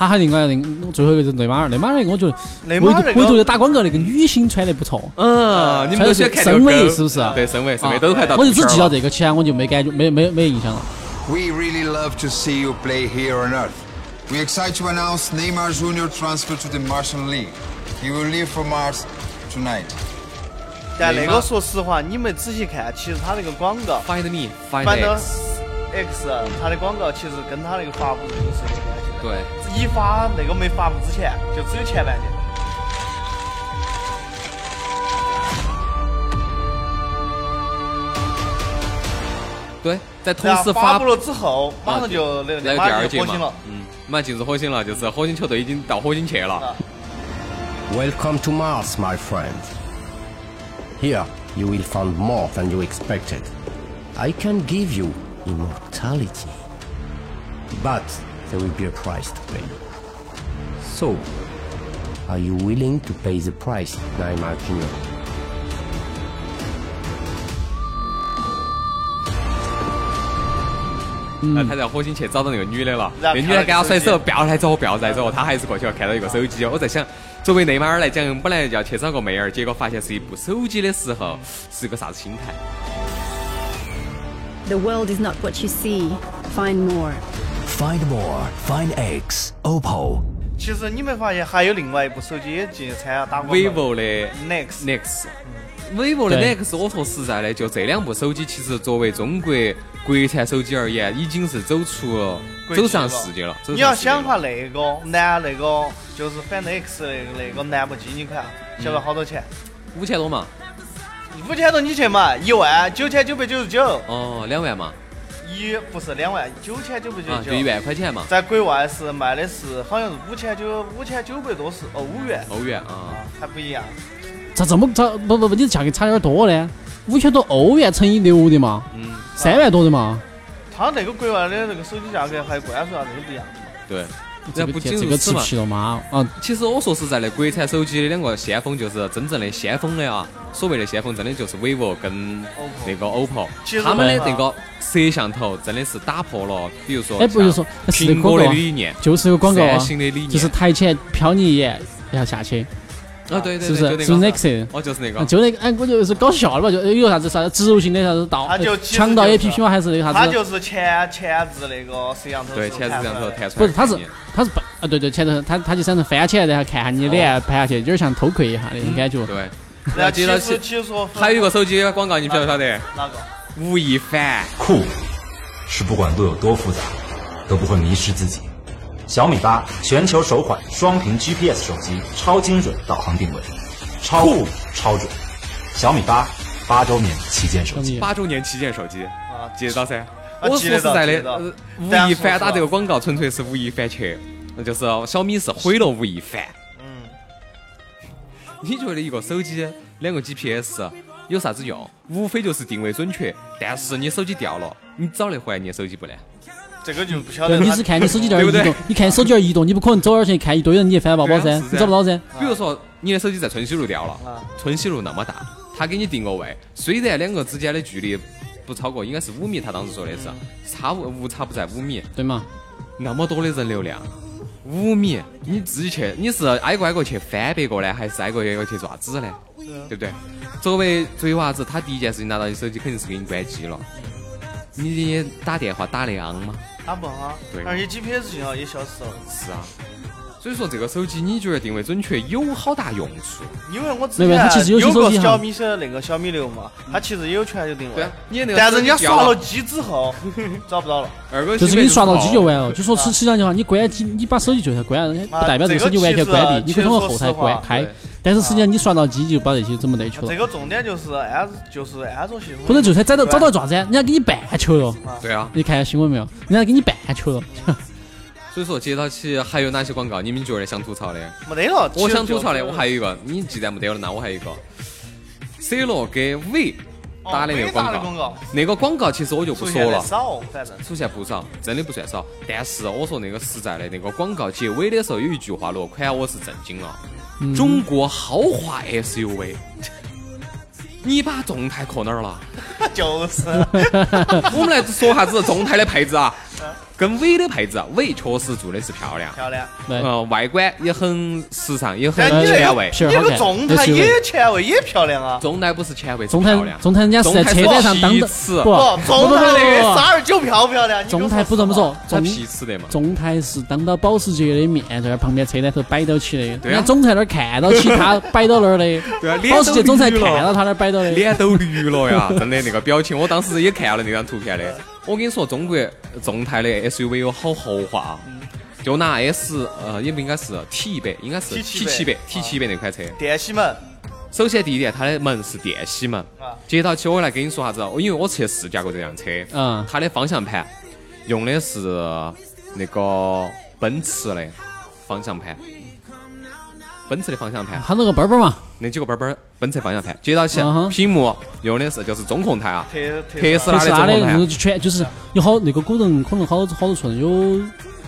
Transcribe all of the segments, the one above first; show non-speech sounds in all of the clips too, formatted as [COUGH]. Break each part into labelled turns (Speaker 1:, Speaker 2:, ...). Speaker 1: 他还另外另最后一个是内马尔，内马尔那个我觉得
Speaker 2: 内
Speaker 1: 维
Speaker 2: 马
Speaker 1: 度
Speaker 2: 尔这
Speaker 1: 维度
Speaker 2: 个
Speaker 1: 的，打广告那个女星穿的不错，呃
Speaker 3: 嗯，你们都喜欢看
Speaker 1: 深
Speaker 3: 遛
Speaker 1: 尾
Speaker 3: 狗
Speaker 1: 是不是
Speaker 3: 对，深尾，深尾
Speaker 1: 啊
Speaker 3: 都是快到
Speaker 1: 我就只记到
Speaker 3: 这。
Speaker 1: 这个，其他我就没感觉，没没没印象了。
Speaker 4: We really love to see you play here on Earth. We excited to announce Neymar Jr. transfer to the Martian League. He will leave for Mars tonight.
Speaker 2: 但那个说实话，你们仔细看，其实他那个广告
Speaker 3: Find me, find
Speaker 2: 反正
Speaker 3: X。
Speaker 2: X 它的广告其实跟它那个发布日期是有关系的。
Speaker 3: 对，
Speaker 2: 一发那个没发布之前，就只有前半截。
Speaker 3: 对，在同
Speaker 2: 然后
Speaker 3: 时
Speaker 2: 啊发
Speaker 3: 发
Speaker 2: 布了之后，马上就那个
Speaker 3: 来
Speaker 2: 内
Speaker 3: 个
Speaker 2: 马
Speaker 3: 第
Speaker 2: 尔
Speaker 3: 二
Speaker 2: 就
Speaker 3: 届
Speaker 2: 火星
Speaker 3: 嘛
Speaker 2: 了。，
Speaker 3: 嗯，马上进入火星了，就是火星球队已经到火星去了
Speaker 2: 啊。
Speaker 5: Welcome to Mars, my friend. Here, you will find more than you expected. I can give you immortality. But there will be a price to pay. So, are you willing to pay the price, Neymar Jr.?
Speaker 3: 嗯，他在火星去找到那个女的了，
Speaker 2: 然后
Speaker 3: 那女
Speaker 2: 看到
Speaker 3: 的跟他
Speaker 2: 一个
Speaker 3: 甩
Speaker 2: 手机
Speaker 3: 手，不要来找我，不要来找我，他还是过去了，看到一个手机。哦我在想，作为内马尔来讲，本来要去找个妹儿，结果发现是一部手机的时候，是个啥子心态？
Speaker 6: The world is not what you see. Find more.
Speaker 7: Find more, find X, Oppo.
Speaker 2: 其实你没发现还有另外一部手机也进参加打广告
Speaker 3: vivo 的
Speaker 2: Next
Speaker 3: Nex。vivo 的
Speaker 1: 对
Speaker 3: Nex，我说实在的，就这两部手机，其实作为中国国产手机而言，已经是走出了
Speaker 2: 规矩
Speaker 3: 走
Speaker 2: 了
Speaker 3: 上世界了。走上世界了
Speaker 2: 你要想哈那个男那个就是 Find X 那个那个兰博基尼款，
Speaker 3: 嗯
Speaker 2: 晓得好多钱？
Speaker 3: 五千多嘛，
Speaker 2: 五千多你去买，一万九千九百九十九，
Speaker 3: 哦，两万嘛，
Speaker 2: 一不是两万九千九百九
Speaker 3: 啊，
Speaker 2: 十
Speaker 3: 就一
Speaker 2: 九。
Speaker 3: 万块钱嘛，
Speaker 2: 在国外是卖的是好像是五千九五千九百多是哦欧元，
Speaker 3: 欧元啊。
Speaker 2: 还不一样。
Speaker 1: 咋这么咋不不不，你价格差点多呢？五千多欧元乘以六的嘛，
Speaker 3: 嗯，
Speaker 1: 三万多的嘛，
Speaker 2: 他那个国外的那个手机价格还有关税啊，这个不一样。
Speaker 3: 对。
Speaker 1: 这
Speaker 3: 那
Speaker 1: 个
Speaker 3: 不
Speaker 1: 这
Speaker 3: 仅
Speaker 1: 这
Speaker 3: 如
Speaker 1: 个吃
Speaker 3: 此嘛，
Speaker 1: 皮了嘛啊！
Speaker 3: 其实我说实在的，国产手机的两个先锋就是真正的先锋了啊。所谓的先锋，真的就是 vivo 跟
Speaker 2: OPPO
Speaker 3: 那个 OPPO，
Speaker 2: 其实
Speaker 3: 他们的
Speaker 2: 对
Speaker 3: 那个摄像头真的是打破了，比如说
Speaker 1: 哎，不是说
Speaker 3: 像
Speaker 1: 是那
Speaker 3: 苹
Speaker 1: 个广
Speaker 3: 果
Speaker 1: 告
Speaker 3: 的
Speaker 1: 啊，
Speaker 3: 理念，
Speaker 1: 就是这个广告啊
Speaker 3: 三，星的理念，
Speaker 1: 就是抬起来瞟你一眼，然后下去，
Speaker 3: 啊，对对对，
Speaker 1: 是不是？是
Speaker 3: 就
Speaker 1: 不是
Speaker 3: 那
Speaker 1: n
Speaker 3: 个
Speaker 1: x t
Speaker 3: 哦，就是那个
Speaker 1: 啊，，就那个，哎，我就是搞笑了吧，就哎有啥子啥子植入性的啥子盗
Speaker 2: 他就，其实
Speaker 1: 强盗
Speaker 2: 就是
Speaker 1: APP 嘛，还是那个啥
Speaker 2: 它
Speaker 1: 子？
Speaker 2: 就是前前置那个摄像头，
Speaker 3: 对，前置摄像头弹出来的概念，
Speaker 1: 不是，它是它是把啊，对对，前头它它就想成翻起来，然后看下你的
Speaker 2: 哦
Speaker 1: 脸拍下去，有点像偷窥一下那
Speaker 2: 嗯
Speaker 1: 种感觉。
Speaker 3: 对。
Speaker 2: 然后
Speaker 3: 接到
Speaker 2: 其实其实说
Speaker 3: 还有一个手机广告，你晓不晓得？
Speaker 2: 哪个？
Speaker 3: 吴亦
Speaker 1: 嗯
Speaker 3: 凡，
Speaker 8: 酷是不管路有多复杂，都不会迷失自己。小米八全球首款双屏 GPS 手机，超精准导航定位，超酷超准。小米八八周年旗舰手机。
Speaker 3: 八周年旗舰手机，
Speaker 2: 啊，
Speaker 3: 记得到噻。
Speaker 2: 啊
Speaker 3: 我说
Speaker 2: 记
Speaker 3: 实
Speaker 2: 得到
Speaker 3: 在
Speaker 2: 记得
Speaker 3: 的，
Speaker 2: 到
Speaker 3: 呃吴
Speaker 2: 但
Speaker 3: 亦
Speaker 2: 是
Speaker 3: 凡
Speaker 2: 说
Speaker 3: 打这个广告纯粹是吴亦凡去，那就是小米是毁了吴亦凡。
Speaker 2: 嗯，
Speaker 3: 你觉得一个手机两个 GPS 有啥子用？无非就是定位准确，但是你手机掉了，你找得回来你的手机不呢？
Speaker 2: 这个就不晓得
Speaker 1: 对，
Speaker 2: 它。
Speaker 1: 你只看你手机
Speaker 3: 对
Speaker 1: 点
Speaker 3: 不
Speaker 1: 移
Speaker 3: 对
Speaker 1: 动，你看你手机点移动，你不可能走哪儿去看一堆人，你也翻包包
Speaker 3: 对啊
Speaker 1: 噻
Speaker 3: 是，
Speaker 1: 你
Speaker 3: 噻
Speaker 1: 找不到噻。
Speaker 3: 比如说你的手机在春熙路掉了
Speaker 2: 啊，
Speaker 3: 春熙路那么大，他给你定个位，虽然两个之间的距离不超过，应该是五米，他当时说的
Speaker 2: 嗯
Speaker 3: 是差无无差不在五米，
Speaker 1: 对嘛？
Speaker 3: 那么多的人流量。五米，你自己去，你是挨个挨个去翻别个呢，还是挨个挨个去抓子呢？
Speaker 2: 嗯
Speaker 3: 对不对？作为贼娃子，他第一件事情拿到你手机，肯定是给你关机了。你也打电话打得昂吗？
Speaker 2: 打不啊哈，
Speaker 3: 对
Speaker 2: 而且 GPS 信号也消失了，
Speaker 3: 是啊。所以说这个手机，你觉得定位准确有好大用处？
Speaker 2: 因为我之
Speaker 1: 没有它其
Speaker 2: 前
Speaker 1: 实有些手
Speaker 2: 个
Speaker 1: 机哈
Speaker 2: 小米的那个小米六嘛，它其实也有全球定
Speaker 3: 对
Speaker 2: 位
Speaker 3: 啊，你那个
Speaker 2: 但是人家
Speaker 3: 手机掉了
Speaker 2: 刷了机之
Speaker 3: [LAUGHS]
Speaker 2: 后找不到了，
Speaker 3: 二哥
Speaker 1: 就是你刷到机就完了。就说
Speaker 2: 啊
Speaker 1: 实实际上的话，你关机，你把手机就算关了，不
Speaker 2: 啊
Speaker 1: 代表这个
Speaker 2: 这个
Speaker 1: 手机完全
Speaker 2: 其实啊
Speaker 1: 关闭，你可以通过后台关
Speaker 2: 其实说实话啊
Speaker 1: 开
Speaker 3: 对。
Speaker 1: 但是实际上你刷到机就把这些整不得去了
Speaker 2: 这，个重点就是安就是安卓系统，
Speaker 1: 或者就算找到
Speaker 2: 对
Speaker 1: 找到爪子，人家给你半球了。
Speaker 3: 对啊，
Speaker 1: 你看下新闻没有？人家给你半球了。
Speaker 3: 所以说接到起还有哪些广告？你们觉得想吐槽的？
Speaker 2: 没得了。
Speaker 3: 我想吐槽的，我还
Speaker 2: 有
Speaker 3: 有一个，你既然没得了，那我还有一个，C 罗给 V 打的那个
Speaker 2: 哦，微打的
Speaker 3: 广
Speaker 2: 广
Speaker 3: 告，
Speaker 2: 告
Speaker 3: 那个广告其实我就不
Speaker 2: 出
Speaker 3: 说
Speaker 2: 现的
Speaker 3: 了。
Speaker 2: 少，反正
Speaker 3: [LAUGHS] 出现不少，真的不算少。但是我说那个实在的，那个广告结尾的时候有一句话落款，我是震惊了。中国豪华 SUV，你把众泰搁哪儿了？
Speaker 2: 就是
Speaker 3: [LAUGHS] 我们来说下子众泰的配置啊，跟 V 的配置，V 确实做的是漂亮，
Speaker 2: 漂亮。
Speaker 1: 对，
Speaker 3: 呃，外观也很时尚，也很
Speaker 2: 但你那
Speaker 3: 前
Speaker 2: 个
Speaker 3: 卫。
Speaker 1: 是
Speaker 2: 你那
Speaker 1: 好
Speaker 2: 个
Speaker 1: 看
Speaker 2: 中
Speaker 1: 那
Speaker 2: 台
Speaker 1: 是
Speaker 2: 也前卫，也漂亮啊。
Speaker 3: 中台不是前卫，是
Speaker 1: 中
Speaker 3: 漂亮
Speaker 1: 台。中台人家是在车展上当
Speaker 3: 中
Speaker 1: 的
Speaker 3: 台是皮
Speaker 1: 不
Speaker 2: 不，
Speaker 1: 不
Speaker 2: 中
Speaker 1: 不
Speaker 2: 台那
Speaker 1: 不
Speaker 2: 个
Speaker 1: 不
Speaker 2: 三二九漂不漂亮？你给我
Speaker 1: 中台不
Speaker 2: 说
Speaker 1: 这么说，
Speaker 3: 他
Speaker 1: 中
Speaker 3: 皮吃的嘛。
Speaker 1: 中台是当到保时捷的面，在旁边车展头摆到起的。人
Speaker 3: 对啊
Speaker 1: 家总裁那儿看到起，他
Speaker 3: [LAUGHS]
Speaker 1: 摆到那儿的。
Speaker 3: 对啊脸
Speaker 1: 保时捷总裁
Speaker 3: 都绿
Speaker 1: 看
Speaker 3: 了
Speaker 1: 到他那儿摆到的。
Speaker 3: 脸都绿了呀！ [LAUGHS] 真的那个表情，我当时也看了那张图片的。我跟你说，中国众泰的 SUV 有好豪华啊！就拿 S 呃，也不应该是 T 一百，应该是 T 七百啊
Speaker 2: T700
Speaker 3: T 七百那款车。
Speaker 2: 电喜门，
Speaker 3: 首先第一点，它的门是电洗门
Speaker 2: 啊。
Speaker 3: 接到起我来跟你说啥子？我因为我去试驾过这辆车，
Speaker 1: 嗯
Speaker 3: 它的方向盘用的是那个奔驰的方向盘，奔驰的方向盘。
Speaker 1: 他那个包包嘛，
Speaker 3: 那几个板板奔驰方向盘，接到起
Speaker 1: 嗯哼
Speaker 3: 屏幕用的是就是中控台啊，
Speaker 2: 特特
Speaker 3: 特斯
Speaker 1: 特
Speaker 3: 拉
Speaker 1: 斯
Speaker 3: 的
Speaker 1: 拉的
Speaker 3: 中控
Speaker 1: 那个
Speaker 3: 台。
Speaker 1: 全就是有好那个古人可能好好多寸，有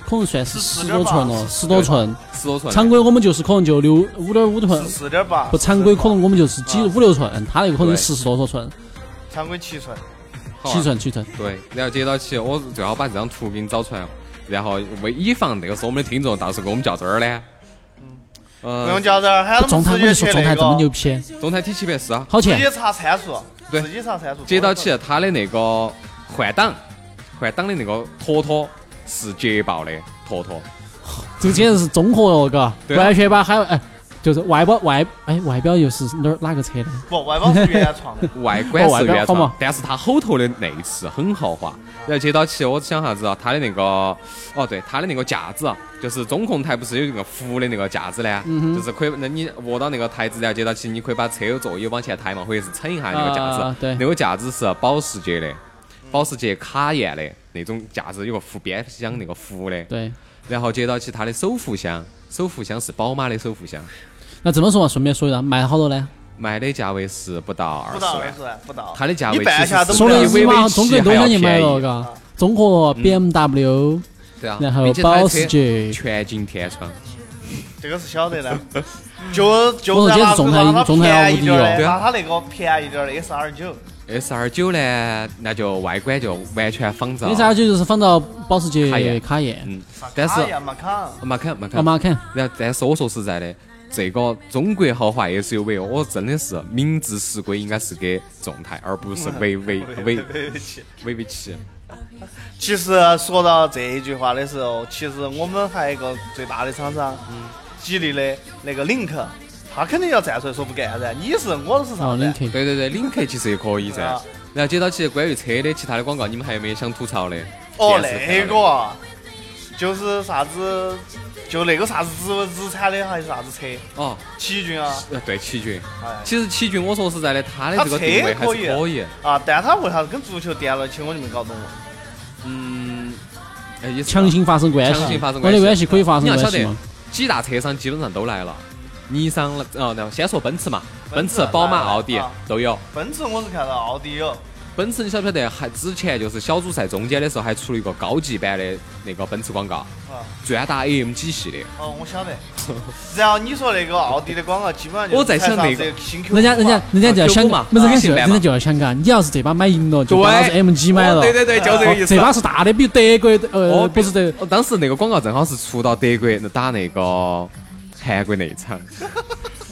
Speaker 1: 可能算是
Speaker 2: 14
Speaker 1: 十多寸
Speaker 2: 点
Speaker 1: 了，
Speaker 2: 吧
Speaker 1: 十多寸。
Speaker 3: 十多寸的，
Speaker 1: 常规我们就是可能就六五点五寸
Speaker 2: 十，四点八，
Speaker 1: 不常规可能我们就是几
Speaker 2: 啊
Speaker 1: 五六寸，他那个可能
Speaker 3: 对
Speaker 1: 十四多寸，
Speaker 2: 常规七寸，
Speaker 3: 好啊
Speaker 1: 七。寸七寸。
Speaker 3: 对，然后接到起，我最好把这张图给你找出来，然后为以防那个是我们的听众到时候给我们较真儿呢。
Speaker 2: 不
Speaker 3: 嗯
Speaker 2: 用，叫人，喊他
Speaker 1: 中
Speaker 2: 们
Speaker 1: 台我
Speaker 2: 直
Speaker 1: 跟
Speaker 2: 接
Speaker 1: 你说，
Speaker 2: 去
Speaker 1: 中
Speaker 2: 那
Speaker 1: 台这么牛
Speaker 2: 个，
Speaker 1: 批，
Speaker 3: 呃，中台 T 七百是啊，
Speaker 1: 好
Speaker 2: 直
Speaker 1: 钱
Speaker 2: 接。查参数，
Speaker 3: 对
Speaker 2: 自己查参数。
Speaker 3: 接到起它的那个换挡，换挡的那个坨坨是捷豹的坨坨，
Speaker 1: 这个简直是综合了，嘎，
Speaker 3: 对啊
Speaker 1: 完全把海哎，就是外表外哎外表又是哪儿哪个车的？
Speaker 2: 不，外包是原创的，
Speaker 3: 外观
Speaker 1: 哦外观
Speaker 3: 是
Speaker 1: 好
Speaker 3: 原创
Speaker 1: 嘛，
Speaker 3: 但是它后头的内饰很豪华。然后接到起，我想啥子啊？它的那个，哦对，它的那个架子啊，就是中控台不是有那个扶的那个架子呢？
Speaker 1: 嗯
Speaker 3: 就是可以，那你握到那个台子，然后接到起，你可以把车座椅往前抬嘛，或者是撑一下那个架子。
Speaker 1: 啊对
Speaker 3: 那个架子是保时捷的，保时捷卡宴的那种架子，有个扶边箱那个扶的。
Speaker 1: 对，
Speaker 3: 然后接到起它的手扶箱，手扶箱是宝马的手扶箱，
Speaker 1: 那这么说嘛，顺便说一下，卖好多呢？
Speaker 3: 卖的价位是不到二
Speaker 2: 不
Speaker 3: 十
Speaker 2: 到二
Speaker 3: 万
Speaker 2: 十。万，不到。
Speaker 3: 它的价位
Speaker 2: 你半下都
Speaker 3: 其实
Speaker 1: 说
Speaker 2: 不
Speaker 3: 是
Speaker 1: 的
Speaker 2: 了
Speaker 3: 比
Speaker 1: 是
Speaker 3: VV
Speaker 1: 嘛，
Speaker 3: 7
Speaker 1: 中国人都想去买
Speaker 3: 还
Speaker 1: 了，
Speaker 3: 要便宜啊嗯
Speaker 1: 嘎，综合 BMW，
Speaker 3: 对啊，
Speaker 1: 然后
Speaker 3: 并且它的
Speaker 1: 保
Speaker 3: 车
Speaker 1: 时捷
Speaker 3: 全景天窗，
Speaker 2: 这个是晓得的，就就
Speaker 1: 我说今
Speaker 2: 是
Speaker 1: 天
Speaker 2: 拿
Speaker 1: 是中台
Speaker 2: 拿它
Speaker 1: 中台要
Speaker 2: 便宜
Speaker 1: 无敌
Speaker 2: 点儿
Speaker 1: 了
Speaker 2: 的，
Speaker 3: 对啊
Speaker 2: 拿它那个便宜点儿的 S 二九，
Speaker 3: S 二九呢，那就外观就完全仿照。
Speaker 1: 你啥就就是仿照保时捷
Speaker 3: 啊卡宴
Speaker 1: 卡宴、
Speaker 3: 嗯，但是
Speaker 2: 卡宴嘛卡，
Speaker 3: 马肯马
Speaker 1: 阿
Speaker 3: 肯，
Speaker 1: 玛肯，啊
Speaker 3: 然后但是我说实在的，这个中国豪华 SUV，我真的是名至实归，应该是给众泰，而不是 VV V VV 七。
Speaker 2: 其实说到这一句话的时候，其实我们还有一个最大的厂商，吉利的那个领克，他肯定要站出来说不干噻。你是我是
Speaker 1: 哦，
Speaker 2: 啥
Speaker 1: 领
Speaker 2: 子？
Speaker 1: 克，
Speaker 3: 对对对，领克其实也可以噻
Speaker 2: 啊。
Speaker 3: 然后接到起关于车的其他的广告，你们还有没有想吐槽的？
Speaker 2: 哦，
Speaker 3: 电视
Speaker 2: 那
Speaker 3: 台的
Speaker 2: 个啊就是啥子，就那个啥子日日产的还是啥子车，
Speaker 3: 哦，
Speaker 2: 奇骏啊，
Speaker 3: 呃对，奇骏。
Speaker 2: 哎
Speaker 3: 其实奇骏，我说实在的，它的这
Speaker 2: 它车
Speaker 3: 个定位还是
Speaker 2: 可以
Speaker 3: 可以。
Speaker 2: 啊，但他为啥子跟足球颠了起，我就没搞懂了。
Speaker 3: 嗯，哎也是啊
Speaker 1: 强行发生关系，
Speaker 3: 强行发生
Speaker 1: 我
Speaker 3: 关系
Speaker 1: 的关系可以发生
Speaker 3: 你要
Speaker 1: 关
Speaker 3: 晓
Speaker 1: 系
Speaker 3: 得
Speaker 1: 吗？，
Speaker 3: 几大车商基本上都来了。尼桑了，哦，那先说奔驰嘛，奔
Speaker 2: 奔驰
Speaker 3: 驰、宝马、
Speaker 2: 来了
Speaker 3: 奥迪
Speaker 2: 啊
Speaker 3: 都有。
Speaker 2: 奔驰我是看到奥哦迪有，
Speaker 3: 奔驰你晓不晓得？还之前就是小组赛中间的时候，还出了一个高级版的那个奔驰广告，
Speaker 2: 啊，
Speaker 3: 专打 AMG 系列。
Speaker 2: 哦，我晓得。 [LAUGHS] 然后你说那个奥迪的广告，基本上就
Speaker 3: 我在想
Speaker 2: 那
Speaker 3: 那个
Speaker 2: 新 Q
Speaker 1: 人家人家人家就要想
Speaker 3: 九五嘛，
Speaker 1: 没人
Speaker 3: 啊
Speaker 1: 家
Speaker 3: 新
Speaker 1: 就
Speaker 3: 版
Speaker 1: 人
Speaker 3: 嘛
Speaker 1: 家就要想嘎，你要是这把买赢了，就把是 MG 买了，
Speaker 3: 哦对对对，就这个意
Speaker 1: 哦
Speaker 3: 思。
Speaker 1: 这把是大的，比德国的呃
Speaker 3: 哦，
Speaker 1: 不是德，
Speaker 3: 哦，当时那个广告正好是出到德国打那个韩国那一场。 [LAUGHS]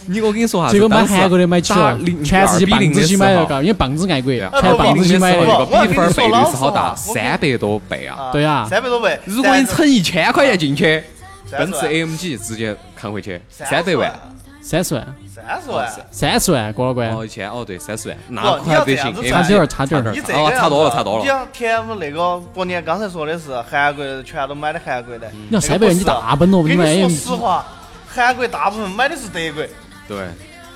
Speaker 3: 你我跟你说哈，
Speaker 1: 结果买
Speaker 3: 啊当时
Speaker 1: 韩国的买起
Speaker 3: 打
Speaker 1: 了
Speaker 3: 零，
Speaker 1: 全世界
Speaker 3: 比
Speaker 1: 棒
Speaker 3: 零的
Speaker 1: 子
Speaker 3: 时
Speaker 1: 鸡
Speaker 3: 候哎啊
Speaker 1: 买了，嘎，因为棒子爱国，
Speaker 3: 还
Speaker 1: 全
Speaker 3: 有
Speaker 2: 有
Speaker 1: 棒
Speaker 3: 棒
Speaker 1: 子
Speaker 3: 子
Speaker 1: 鸡
Speaker 3: 鸡买
Speaker 1: 买
Speaker 3: 的
Speaker 1: 的
Speaker 2: 哦，我
Speaker 3: 那个
Speaker 2: 跟
Speaker 3: 比
Speaker 2: 你
Speaker 3: 分儿
Speaker 2: 说
Speaker 3: 倍率
Speaker 2: 老
Speaker 3: 是好
Speaker 2: 实
Speaker 3: 大，
Speaker 2: 话我跟
Speaker 3: 三百多倍啊！
Speaker 1: 对啊
Speaker 2: 哦三百多倍。
Speaker 3: 如果你
Speaker 2: 但是
Speaker 3: 乘一千块钱进去，
Speaker 2: 三
Speaker 3: 奔
Speaker 2: 十
Speaker 3: 驰
Speaker 2: 万
Speaker 3: AMG 直接扛回去三百万。
Speaker 1: 三十万，
Speaker 2: 三十万，
Speaker 1: 三十万过了关。
Speaker 3: 哦，一千哦，对，三十万，那
Speaker 2: 不你
Speaker 3: 还
Speaker 2: 要
Speaker 3: 得
Speaker 2: 这
Speaker 3: 行
Speaker 2: 样子，
Speaker 1: 差
Speaker 2: 算
Speaker 1: 点儿，差点
Speaker 3: AMG
Speaker 1: 儿
Speaker 3: 差点儿。
Speaker 2: 你这
Speaker 3: 哦
Speaker 2: 个
Speaker 3: 差多了差多了
Speaker 2: 你像 TM 那个伯年刚才说的是韩国的全都买的韩国
Speaker 3: 嗯
Speaker 2: 的，
Speaker 1: 你要三百元，你大本了，
Speaker 2: 啊跟
Speaker 1: 买
Speaker 2: 你说
Speaker 1: AMG
Speaker 2: 实话，韩国大部分买的是德国，
Speaker 1: [LAUGHS]
Speaker 3: 对，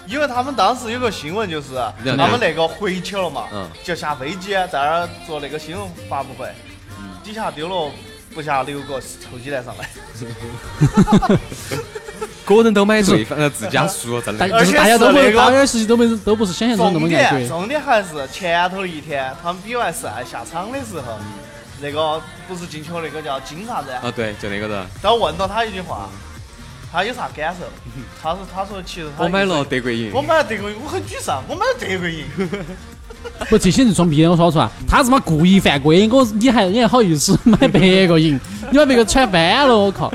Speaker 2: 因为他们当时有个新闻就是
Speaker 3: 对
Speaker 2: 他们那个回去了嘛
Speaker 3: 嗯，
Speaker 2: 就下飞机在那儿做那个新闻发布会，
Speaker 3: 嗯
Speaker 2: 底下丢了不下六个臭鸡蛋上来，
Speaker 3: 个人都买醉，反正自家输，真
Speaker 1: 大
Speaker 3: 的。
Speaker 1: 就是大家都没，大家实际都没都不是想象中那
Speaker 2: 重
Speaker 1: 么爱国。
Speaker 2: 点重点还是前头一天他们比完赛下场的时候，那个不是进球那个叫金啥子啊？
Speaker 3: 啊，对，就那个人，
Speaker 2: 然后问到他一句话，他有啥感受？他说他说其实他
Speaker 3: 我买了，德国赢
Speaker 2: 我，买了德国赢，我很沮丧，我买了德国赢。
Speaker 1: 不，这些人装逼的，我说实话，他是妈故意犯规，我你还你还好意思买别个赢？你把别个踹翻了，我靠！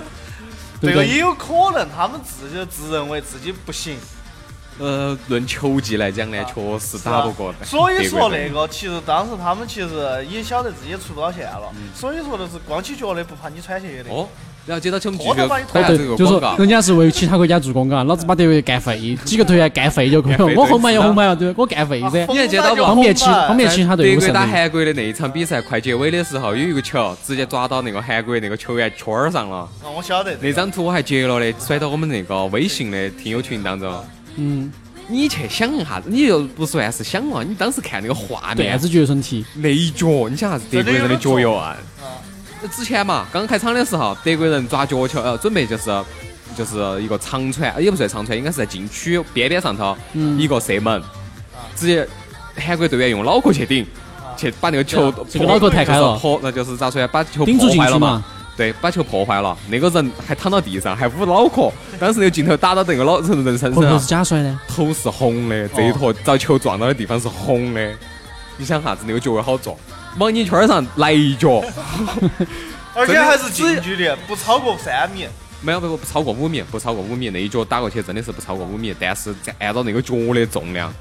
Speaker 1: 对
Speaker 2: 这
Speaker 1: 不
Speaker 2: 个
Speaker 1: 对？
Speaker 2: 也有可能他们自己自认为自己不行，
Speaker 3: 呃，论球技来讲呢，确实打不过。
Speaker 2: 所以说那
Speaker 3: 个，
Speaker 2: 个，其实当时他们其实也晓得自己出不到线了，
Speaker 1: 嗯
Speaker 2: 所以说就是光起脚的不怕你穿鞋的。
Speaker 3: 哦，然后接到我们继续
Speaker 2: 我都把你
Speaker 3: 摆
Speaker 2: 拖
Speaker 1: 哦，
Speaker 3: 下
Speaker 1: 对
Speaker 3: 这，个
Speaker 1: 就
Speaker 3: 广
Speaker 1: 说
Speaker 3: 告。
Speaker 1: 人家是为其他国家做广告，老子把德国干废，几个队员干废就可以
Speaker 3: 干
Speaker 1: 了
Speaker 3: 废。
Speaker 1: 我
Speaker 3: 对
Speaker 1: 红牌
Speaker 3: 是
Speaker 1: 要
Speaker 3: 的
Speaker 1: 红牌要对，我干废噻。
Speaker 2: 红
Speaker 3: 你还记得不
Speaker 2: 吧
Speaker 1: 方便其
Speaker 2: 红
Speaker 1: 方便
Speaker 3: 在
Speaker 1: 其他队
Speaker 3: 德
Speaker 1: 伍
Speaker 3: 国
Speaker 1: 胜
Speaker 3: 打
Speaker 1: 利。
Speaker 3: 韩国的那一场比赛快结尾的时候，有一个球直接抓到那个韩国的那个球员圈儿上了。
Speaker 2: 啊我晓得这个
Speaker 3: 那张图我还截了的，甩到我们那个微信的听友群当中。
Speaker 1: 嗯，
Speaker 3: 你去想一下，你又不算是想了，你当时看那个画
Speaker 1: 段
Speaker 3: 面
Speaker 1: 子，决胜题，
Speaker 3: 那一脚，你想啥子德国人的脚有啊？之前嘛，刚开场的时候，德国人抓脚球，呃，准备就是就是一个长传，呃也不算长传，应该是在禁区边边上头、
Speaker 1: 嗯
Speaker 3: 一个射门，直接韩国队员用脑壳去顶，去把那个球
Speaker 1: 这个脑壳太开了
Speaker 3: 就是破，那就是咋说呀？把球
Speaker 1: 顶住
Speaker 3: 破
Speaker 1: 进
Speaker 3: 坏
Speaker 1: 去
Speaker 3: 了
Speaker 1: 嘛
Speaker 3: 嘛。。对，把球破坏了，那个人还躺到地上，还捂脑壳。当时那个镜头打到那个老人人身
Speaker 1: 会哦不
Speaker 3: 上啊
Speaker 1: 会是，假摔呢？
Speaker 3: 头是红的，这一坨遭球撞到的地方是红的。你想啥子？那个脚位好重，往你圈儿上来一脚， [LAUGHS]
Speaker 2: 而且
Speaker 3: 真的
Speaker 2: 还是
Speaker 3: 只
Speaker 2: 近距离，不超过三米。
Speaker 3: 没有没有不超过五米，不超过五米，那一脚打过去真的是不超过五米。但是在按哎照那个脚的重量，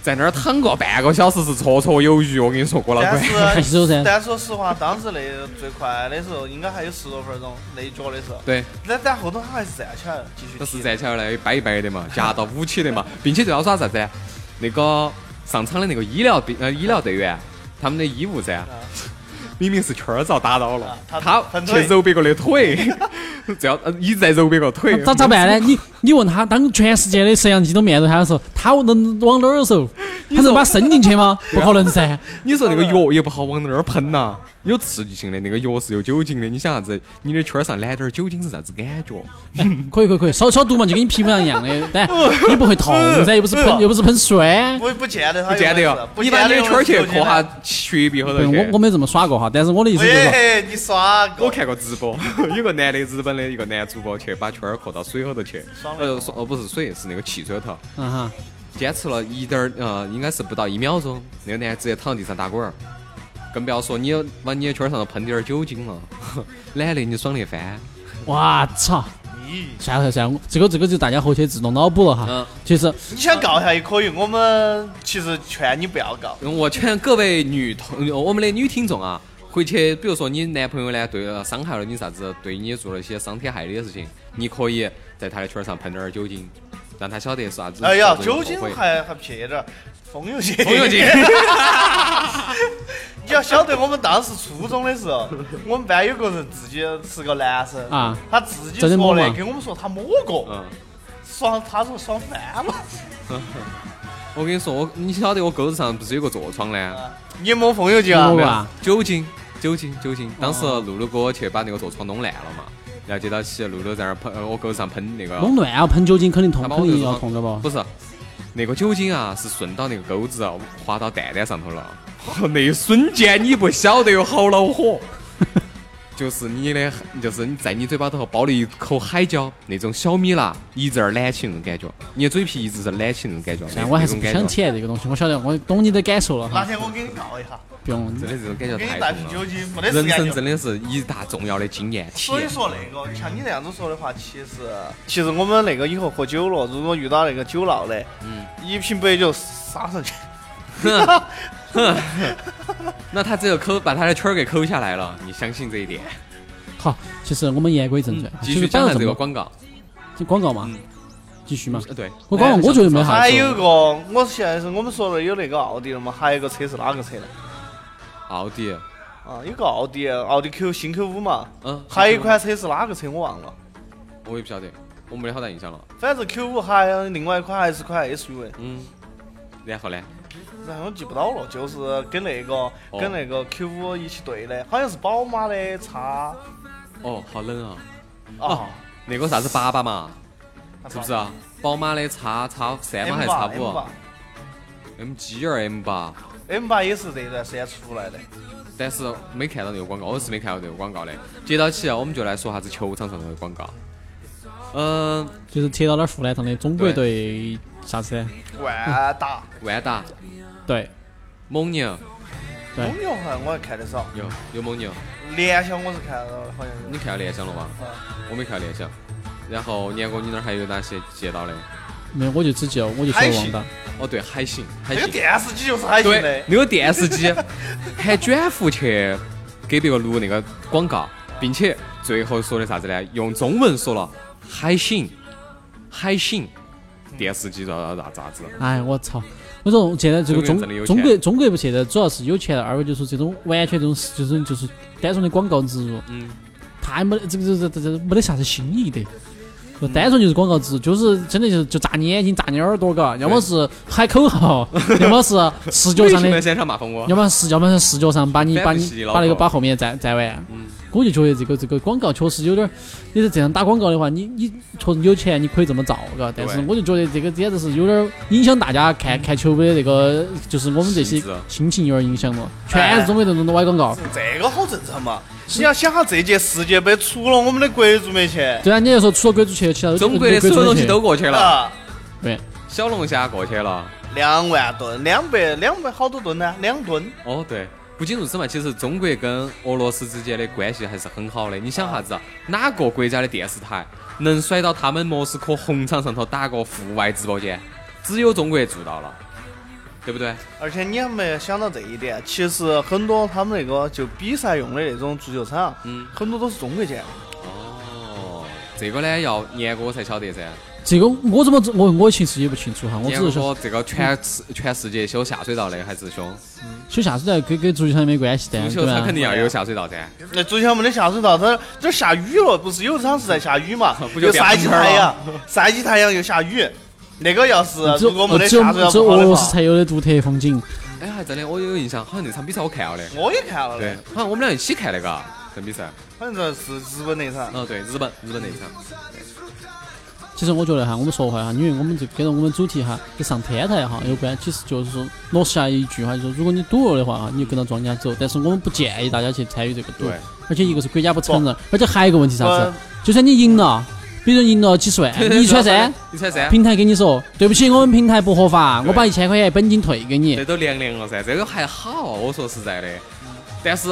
Speaker 3: 在那儿躺个半个小时是绰绰有余。我跟你说，郭老
Speaker 2: 但
Speaker 3: 倌，
Speaker 1: 看起手
Speaker 2: 是
Speaker 1: 噻
Speaker 2: 但说实话，当时那最快的时候应该还有十多分钟那一脚的时候。
Speaker 3: 对，
Speaker 2: 但但后头他还是站起来了，继续
Speaker 3: 那是
Speaker 2: 踢。
Speaker 3: 站起来了，掰一掰的嘛，夹到武器的嘛，并且就要耍啥子？啊那个上场的那个医疗队呃医疗队员，他们的医务噻，明明是圈儿遭打到了，
Speaker 2: 啊啊他
Speaker 3: 他
Speaker 2: 喷
Speaker 3: 去
Speaker 2: 腿
Speaker 3: 揉别个的腿， [LAUGHS] 只要呃一直在揉别个腿，
Speaker 1: 咋咋办呢？你你问他，当全世界的摄像机都面对他的时候，他能往哪儿揉？他能把伸进去吗？不可能噻。
Speaker 3: 你说那个药也不好往那儿喷呐、有刺激性的，那个药是有酒精的，你想啥子？你的圈儿上染点儿酒精是啥子感觉？
Speaker 1: 可以可以可以，烧消毒嘛，就跟你皮肤上一样的，但你不会痛噻，又不是喷又不是喷酸。
Speaker 2: 不不见得他
Speaker 3: 不
Speaker 2: 有
Speaker 3: 见
Speaker 2: 本事
Speaker 3: 得哦哟，
Speaker 2: 哎不
Speaker 3: 你
Speaker 2: 见
Speaker 3: 把
Speaker 2: 得
Speaker 3: 你的
Speaker 2: 有
Speaker 3: 圈儿去
Speaker 2: 手机
Speaker 3: 扩
Speaker 2: 呢
Speaker 3: 下雪碧后头
Speaker 1: 对，
Speaker 3: 去
Speaker 1: 我我。没这么耍过哈，但是我的意思就是说，
Speaker 2: 喂，你耍过？
Speaker 3: 我看过直播， [LAUGHS] 有个男的日本的一个男主播去把圈儿扩到水后头去，呃，说哦不是水，是那个汽水后头，
Speaker 1: 嗯哈，
Speaker 3: 坚持了一点儿呃，应该是不到一秒钟，那个男的直接躺地上打滚儿，更不要说你往你的圈儿上头喷点儿酒精了， [LAUGHS] 懒得你爽得翻。
Speaker 1: 哇操！算了算了，我这个这个就大家回去自动脑补了哈
Speaker 3: 嗯。
Speaker 1: 其实
Speaker 2: 你想告一下也可以，我们其实劝你不要告。
Speaker 3: 嗯我劝各位女同呃我们的女听众啊，回去比如说你男朋友呢对呃伤害了你啥子，对你做了一些伤天害理的事情，你可以在他的圈儿上喷点儿酒精，让他晓得是啥子。
Speaker 2: 哎
Speaker 3: 啥
Speaker 2: 呀，
Speaker 3: 子
Speaker 2: 酒精
Speaker 3: 后悔
Speaker 2: 还还撇点儿，风
Speaker 3: [LAUGHS]
Speaker 2: 油精。
Speaker 3: 风油精。
Speaker 2: 你 [LAUGHS] 要晓得，我们当时初中的时候，我们班有个人自己是个男生
Speaker 1: 啊
Speaker 2: 他自己
Speaker 1: 真的
Speaker 2: 说
Speaker 1: 摸吗
Speaker 2: 的，跟我们说他摸过，
Speaker 3: 嗯，
Speaker 2: 爽，他说爽翻了。
Speaker 3: 我跟你说，我你晓得我钩子上不是有个痤疮呢？
Speaker 2: 你摸风油精
Speaker 1: 啊
Speaker 2: 啊
Speaker 1: 你？摸
Speaker 3: 没
Speaker 1: 过
Speaker 3: 有
Speaker 1: 啊
Speaker 3: 酒精，酒精，酒精。当时露露哥去把那个痤疮弄烂了嘛，然后接到起露露在那儿喷，呃我钩子上喷那个，
Speaker 1: 弄乱啊，喷酒精肯定痛
Speaker 3: 他，把
Speaker 1: 肯
Speaker 3: 我
Speaker 1: 定
Speaker 3: 痤
Speaker 1: 要
Speaker 3: 疮
Speaker 1: 痛的不？
Speaker 3: 不是，那个酒精啊是顺到那个钩子啊滑到蛋蛋上头了， [LAUGHS] 那一瞬间你不晓得有好恼
Speaker 1: [LAUGHS]
Speaker 3: 火。就是你的，就是你在你嘴巴头包了一口海椒，那种小米辣一直儿揽起那种感觉，你的嘴皮一直是揽起那种感觉。那
Speaker 1: 但我还是
Speaker 3: 那
Speaker 1: 不
Speaker 3: 种
Speaker 1: 想
Speaker 3: 感觉，
Speaker 1: 体验这个东西，我晓得，我懂你的感受了
Speaker 2: 哪
Speaker 1: 哈，
Speaker 2: 天我给你告一下，
Speaker 1: 不用。
Speaker 3: 真的这种感觉
Speaker 2: 给你
Speaker 3: 太
Speaker 2: 带
Speaker 3: 痛
Speaker 2: 瓶
Speaker 3: 了。
Speaker 2: 酒精，没得事
Speaker 3: 人
Speaker 2: 干
Speaker 3: 生
Speaker 2: 就
Speaker 3: 真的是一大重要的经验体
Speaker 2: 所以 [LAUGHS]
Speaker 3: 验。
Speaker 2: 说那个像你这样子说的话，其实其实我们那个以后喝酒了，如果遇到那个酒闹的，嗯，一瓶白酒撒上去，
Speaker 3: 那他只有抠把他的圈儿给抠下来了，你相信这一点？
Speaker 1: 好，其实我们言归正传，
Speaker 3: 嗯
Speaker 1: 嗯
Speaker 3: 继
Speaker 1: 其
Speaker 3: 续
Speaker 1: 实
Speaker 3: 讲
Speaker 1: 讲
Speaker 3: 下
Speaker 1: 了
Speaker 3: 这
Speaker 1: 这
Speaker 3: 个
Speaker 1: 么
Speaker 3: 广告。
Speaker 1: 就广告嘛
Speaker 3: 嗯，
Speaker 1: 继续嘛。
Speaker 3: 呃对，哎
Speaker 1: 我广告我觉得没啥
Speaker 2: 还
Speaker 1: 子。
Speaker 2: 有一个，我现在是我们说了有那个奥迪了嘛，还有一个车是哪个车呢？
Speaker 3: 奥迪，
Speaker 2: 啊，有个奥迪，奥迪 Q 新 Q 五嘛，
Speaker 3: 嗯，
Speaker 2: 还有一款车是哪个车我忘了，
Speaker 3: 我也不晓得，我没得好大印象了。
Speaker 2: 反正 Q 五还有另外一款还是款 SUV，
Speaker 3: 嗯，然后呢？
Speaker 2: 然后我记不到了，就是跟那个
Speaker 3: 哦
Speaker 2: 跟那个 Q 五一起对的，好像是宝马的啊叉
Speaker 3: 哦，好冷啊！
Speaker 2: 啊，
Speaker 3: 那个啥子八八嘛，
Speaker 2: 是
Speaker 3: 是不是啊？宝马的叉叉三
Speaker 2: M
Speaker 3: 嘛还是
Speaker 2: 八
Speaker 3: 叉
Speaker 2: M
Speaker 3: 五啊
Speaker 2: 八
Speaker 3: ？M G 二 M 八，
Speaker 2: M 八也是这段时间出来的。
Speaker 3: 但是没看到那个广告，我是没看到这个广告的。接到起，我们就来说啥子球场上头的广告。嗯，
Speaker 1: 就是贴到那儿湖南上的中国队啥子？
Speaker 2: 万达，
Speaker 3: 万达，
Speaker 1: 对，
Speaker 3: 蒙牛
Speaker 1: 对
Speaker 2: 蒙牛好像我还看得少，
Speaker 3: 有有蒙牛，
Speaker 2: 联想我是看到了，好像
Speaker 3: 你
Speaker 2: 有。
Speaker 3: 看到联想了吗？
Speaker 2: 啊
Speaker 3: 我没看到联想。然后年哥，你那儿还有哪些接到的？
Speaker 1: 没有，我就只记得我就说
Speaker 2: 还
Speaker 1: 王
Speaker 2: 行
Speaker 1: 大，
Speaker 3: 哦，对，海信，海
Speaker 2: 这个
Speaker 3: 信，
Speaker 2: 电视机就是海信的
Speaker 3: 对，，那个电视机 [LAUGHS] 还卷福去给别个录那个广告，并且最后说的啥子呢？用中文说了海信，海信电视机咋咋咋子？啊
Speaker 1: 哎，我操！我说现在这个
Speaker 3: 中
Speaker 1: 中
Speaker 3: 国人真的有钱
Speaker 1: 中国中国现在主要是有钱了，二个就是这种完全这种就是就是单纯的广告植入，
Speaker 3: 嗯，
Speaker 1: 太没得这个这个这个这个没得啥子新意的，就
Speaker 3: 嗯
Speaker 1: 单纯就是广告植入，就是真的就是就炸你眼睛、炸你耳朵，嘎，要么是喊口
Speaker 3: [LAUGHS]
Speaker 1: 号，要么是视觉上
Speaker 3: 微信
Speaker 1: 的
Speaker 3: 在，现场骂疯我。
Speaker 1: 要么是要么是视觉上把你
Speaker 3: 反
Speaker 1: 把
Speaker 3: 不
Speaker 1: 你
Speaker 3: 洗脑
Speaker 1: 把那个
Speaker 3: 壳
Speaker 1: 把后面占占完。
Speaker 3: 嗯，
Speaker 1: 我啊就觉得这个这个广告确实有点儿，你是这样打广告的话，你你确实有钱，你可以这么造，嘎。但是
Speaker 3: 对嗯
Speaker 1: 我就觉得这个简直是有点儿影响大家看看球的那个，就是我们这些
Speaker 3: 性质啊哎
Speaker 1: 心情有点儿影响了，全是中国这种的歪广告。
Speaker 2: 这个好正常嘛。你要想下这届世界杯，除了我们的国足没钱
Speaker 1: 对啊，你就说除了国足球，其他
Speaker 3: 中国的所有东西
Speaker 1: 国
Speaker 3: 都过去了，
Speaker 2: 啊，
Speaker 1: 对，
Speaker 3: 小龙虾过去了。
Speaker 2: 两万吨，两百两百好多吨呢，两吨。
Speaker 3: 哦，对。不仅如此嘛，其实中国跟俄罗斯之间的关系还是很好的。你想啥子啊？哪个国家的电视台能甩到他们莫斯科红场上头打个户外直播间？只有中国做到了，对不对？
Speaker 2: 而且你还没有想到这一点，其实很多他们那个就比赛用的那种足球场，
Speaker 3: 嗯
Speaker 2: 很多都是中国建的。
Speaker 3: 哦，这个呢要年哥才晓得噻。
Speaker 1: 这个我怎么知我我其实也不清楚哈，我只
Speaker 3: 年
Speaker 1: 是
Speaker 3: 哥
Speaker 1: 说
Speaker 3: 说这个全世全世界修下水道的还是凶，
Speaker 1: 修下水道跟跟足球场也没关系的，
Speaker 3: 足
Speaker 1: 嗯对啊
Speaker 3: 球
Speaker 1: 吧
Speaker 3: 它？肯定要有下水道噻。？
Speaker 2: 那足球没得下水道，它这下雨了，不是有一场是在下雨嘛
Speaker 3: 不就
Speaker 2: 有
Speaker 3: 变
Speaker 2: 晒起
Speaker 3: 喷
Speaker 2: 太
Speaker 3: 了
Speaker 2: 阳，晒起太阳又下雨。那个要是
Speaker 3: 啊
Speaker 1: 只
Speaker 2: 如果没
Speaker 1: 有
Speaker 2: 得
Speaker 1: 只有
Speaker 2: 下水道
Speaker 1: 只有
Speaker 2: 不好
Speaker 1: 俄
Speaker 2: 的
Speaker 1: 罗斯
Speaker 2: 话，
Speaker 1: 才有的独特风景。
Speaker 3: 哎，还真的，我有印象，好像那场比赛我看了的。
Speaker 2: 我也看了
Speaker 3: 对
Speaker 2: 嘞，，
Speaker 3: 好像我们俩一起看那个这比赛。
Speaker 2: 好像这是日本那场。
Speaker 3: 哦，对，日本日本那一场。
Speaker 1: 其实我觉得哈，我们说回来哈，因为我们这跟着我们主题哈，跟上天台哈有关，其实就是说落下一句话，就是说如果你赌了的话哈，你就跟着庄家走，但是我们不建议大家去参与这个赌
Speaker 3: 对，嗯
Speaker 1: 而且一个是国家不承认，而且还有一个问题啥子
Speaker 2: 呃，
Speaker 1: 就算你赢了，比如赢了几十万，哎你一穿三，，
Speaker 3: 一穿三，
Speaker 1: 平台给你说对不起，我们平台不合法，我把一千块钱本金退给你
Speaker 3: 这，都凉凉了噻，这个还好，我说实在的。但是，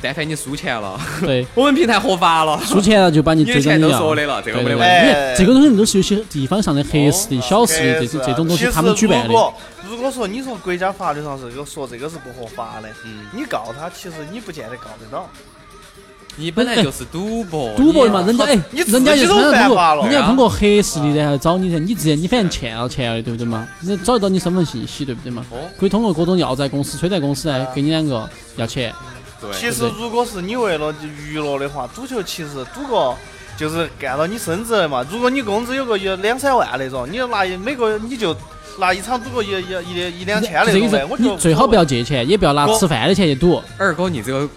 Speaker 3: 但凡你输钱了，
Speaker 1: 对，
Speaker 3: 我们平台合法了，
Speaker 1: 输钱了就把你
Speaker 3: 你的
Speaker 1: 追着
Speaker 3: 钱
Speaker 1: 你
Speaker 3: 都
Speaker 1: 要。
Speaker 3: 说的了，这
Speaker 1: 对
Speaker 3: 个
Speaker 1: 对对，因
Speaker 3: 没哦得问题。
Speaker 1: 为这个东西都是有些地方上的黑市
Speaker 2: 哦
Speaker 1: 的小事
Speaker 2: 这
Speaker 1: 的，这这种东西他们举办的
Speaker 2: 啊如。果如果说你从国家法律上是个说这个是不合法的，
Speaker 3: 嗯
Speaker 2: 你告他，其实你不见得告得到。
Speaker 3: 你本来就是赌博，
Speaker 1: 赌博
Speaker 3: 你
Speaker 1: 嘛，人家哎，
Speaker 2: 你自己
Speaker 1: 人家就是
Speaker 2: 都
Speaker 1: 通
Speaker 2: 犯法
Speaker 1: 过，
Speaker 2: 了
Speaker 1: 人家
Speaker 3: 呀
Speaker 1: 通过黑势力然后找你噻，你之前你反正欠了钱了，对不对嘛？人家找得到你身份信息，对不对嘛
Speaker 3: 哦？
Speaker 1: 可以通过各种要债公司、催债公司来给你两个要钱。
Speaker 3: 对
Speaker 2: 其实如果是你为了娱乐的话，赌球其实赌个就是干到你升职的嘛。如果你工资有个一两三万那种，你就拿一每个月你就拿一场赌个一一一一两千那
Speaker 1: 这个意
Speaker 2: 种
Speaker 1: 思
Speaker 2: 的，我，觉
Speaker 1: 你
Speaker 2: 得
Speaker 1: 最好不
Speaker 2: 要。
Speaker 1: 要借钱，也不要拿
Speaker 2: 我
Speaker 1: 吃饭的钱去赌。
Speaker 3: 二哥，你这个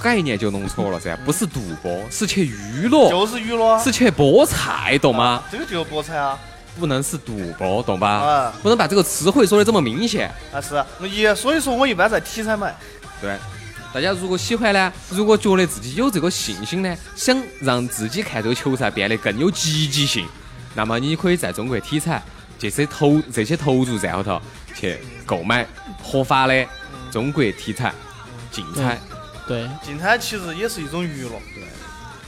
Speaker 3: 概念就弄错了噻，不是赌博，是去娱乐，
Speaker 2: 就是娱乐啊，
Speaker 3: 是去菠菜，懂吗？
Speaker 2: 这个就是博彩啊，
Speaker 3: 不能是赌博，懂吧
Speaker 2: 啊？
Speaker 3: 不能把这个词汇说的这么明显。
Speaker 2: 啊是啊，也所以说我一般在体产买，
Speaker 3: 对，大家如果喜欢呢，如果觉得自己有这个信心呢，想让自己看这个球赛变得更有积极性，那么你可以在中国体彩这些投这些投注站后头去购买合法的中国体彩竞彩。
Speaker 1: 对，
Speaker 2: 竞彩其实也是一种娱乐。对，